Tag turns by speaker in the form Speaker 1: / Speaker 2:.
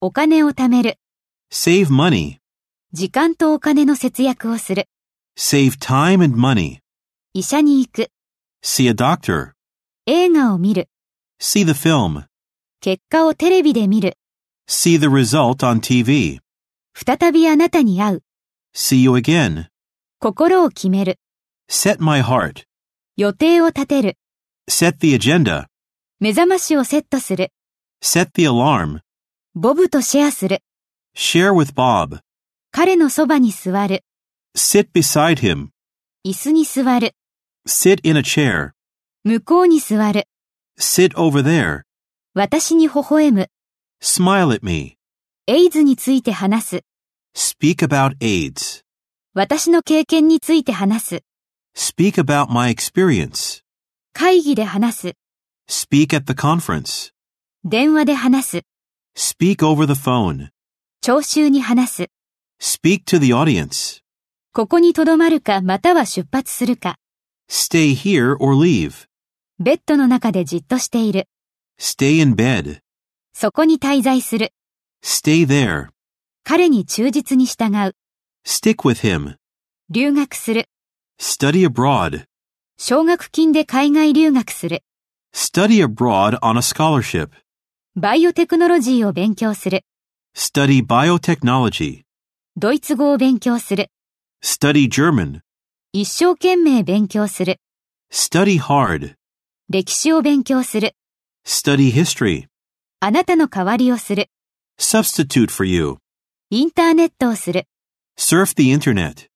Speaker 1: お金を貯める、
Speaker 2: Save money.
Speaker 1: 時間とお金の節約をする、
Speaker 2: Save time and money.
Speaker 1: 医者に行く、
Speaker 2: See a doctor.
Speaker 1: 映画を見る、
Speaker 2: See the film.
Speaker 1: 結果をテレビで見る、
Speaker 2: See the result on TV.
Speaker 1: 再びあなたに会う、
Speaker 2: See you again.
Speaker 1: 心を決める、
Speaker 2: Set my heart.
Speaker 1: 予定を立てる、
Speaker 2: Set the agenda.
Speaker 1: 目覚ましをセットする、
Speaker 2: Set the alarm.
Speaker 1: ボブとシェアする、
Speaker 2: Share with Bob.
Speaker 1: 彼のそばに座る、
Speaker 2: Sit beside him.
Speaker 1: 椅子に座る、
Speaker 2: Sit in a chair.
Speaker 1: 向こうに座る、
Speaker 2: Sit over there.
Speaker 1: 私に微笑む、
Speaker 2: Smile at me.
Speaker 1: エイズについて話す、
Speaker 2: Speak about AIDS.
Speaker 1: 私の経験について話す、
Speaker 2: Speak about my experience.
Speaker 1: 会議で話す、
Speaker 2: Speak at the conference.
Speaker 1: 電話で話す、
Speaker 2: Speak over the phone.
Speaker 1: 聴衆に話す、
Speaker 2: Speak to the audience.
Speaker 1: ここに留まるかまたは出発するか、
Speaker 2: Stay here or leave.
Speaker 1: ベッドの中でじっとしている、
Speaker 2: Stay in bed.
Speaker 1: そこに滞在する、
Speaker 2: Stay there.
Speaker 1: 彼に忠実に従う、
Speaker 2: Stick with him.
Speaker 1: 留学する、
Speaker 2: Study abroad.
Speaker 1: 奨学金で海外留学する、
Speaker 2: Study abroad on a scholarship.
Speaker 1: バイオテクノロジーを勉強する、
Speaker 2: Study biotechnology.
Speaker 1: ドイツ語を勉強する、
Speaker 2: Study German.
Speaker 1: 一生懸命勉強する、
Speaker 2: Study hard.
Speaker 1: 歴史を勉強する、
Speaker 2: Study history.
Speaker 1: あなたの代わりをする、
Speaker 2: Substitute for you.
Speaker 1: インターネットをする。
Speaker 2: Surf the internet.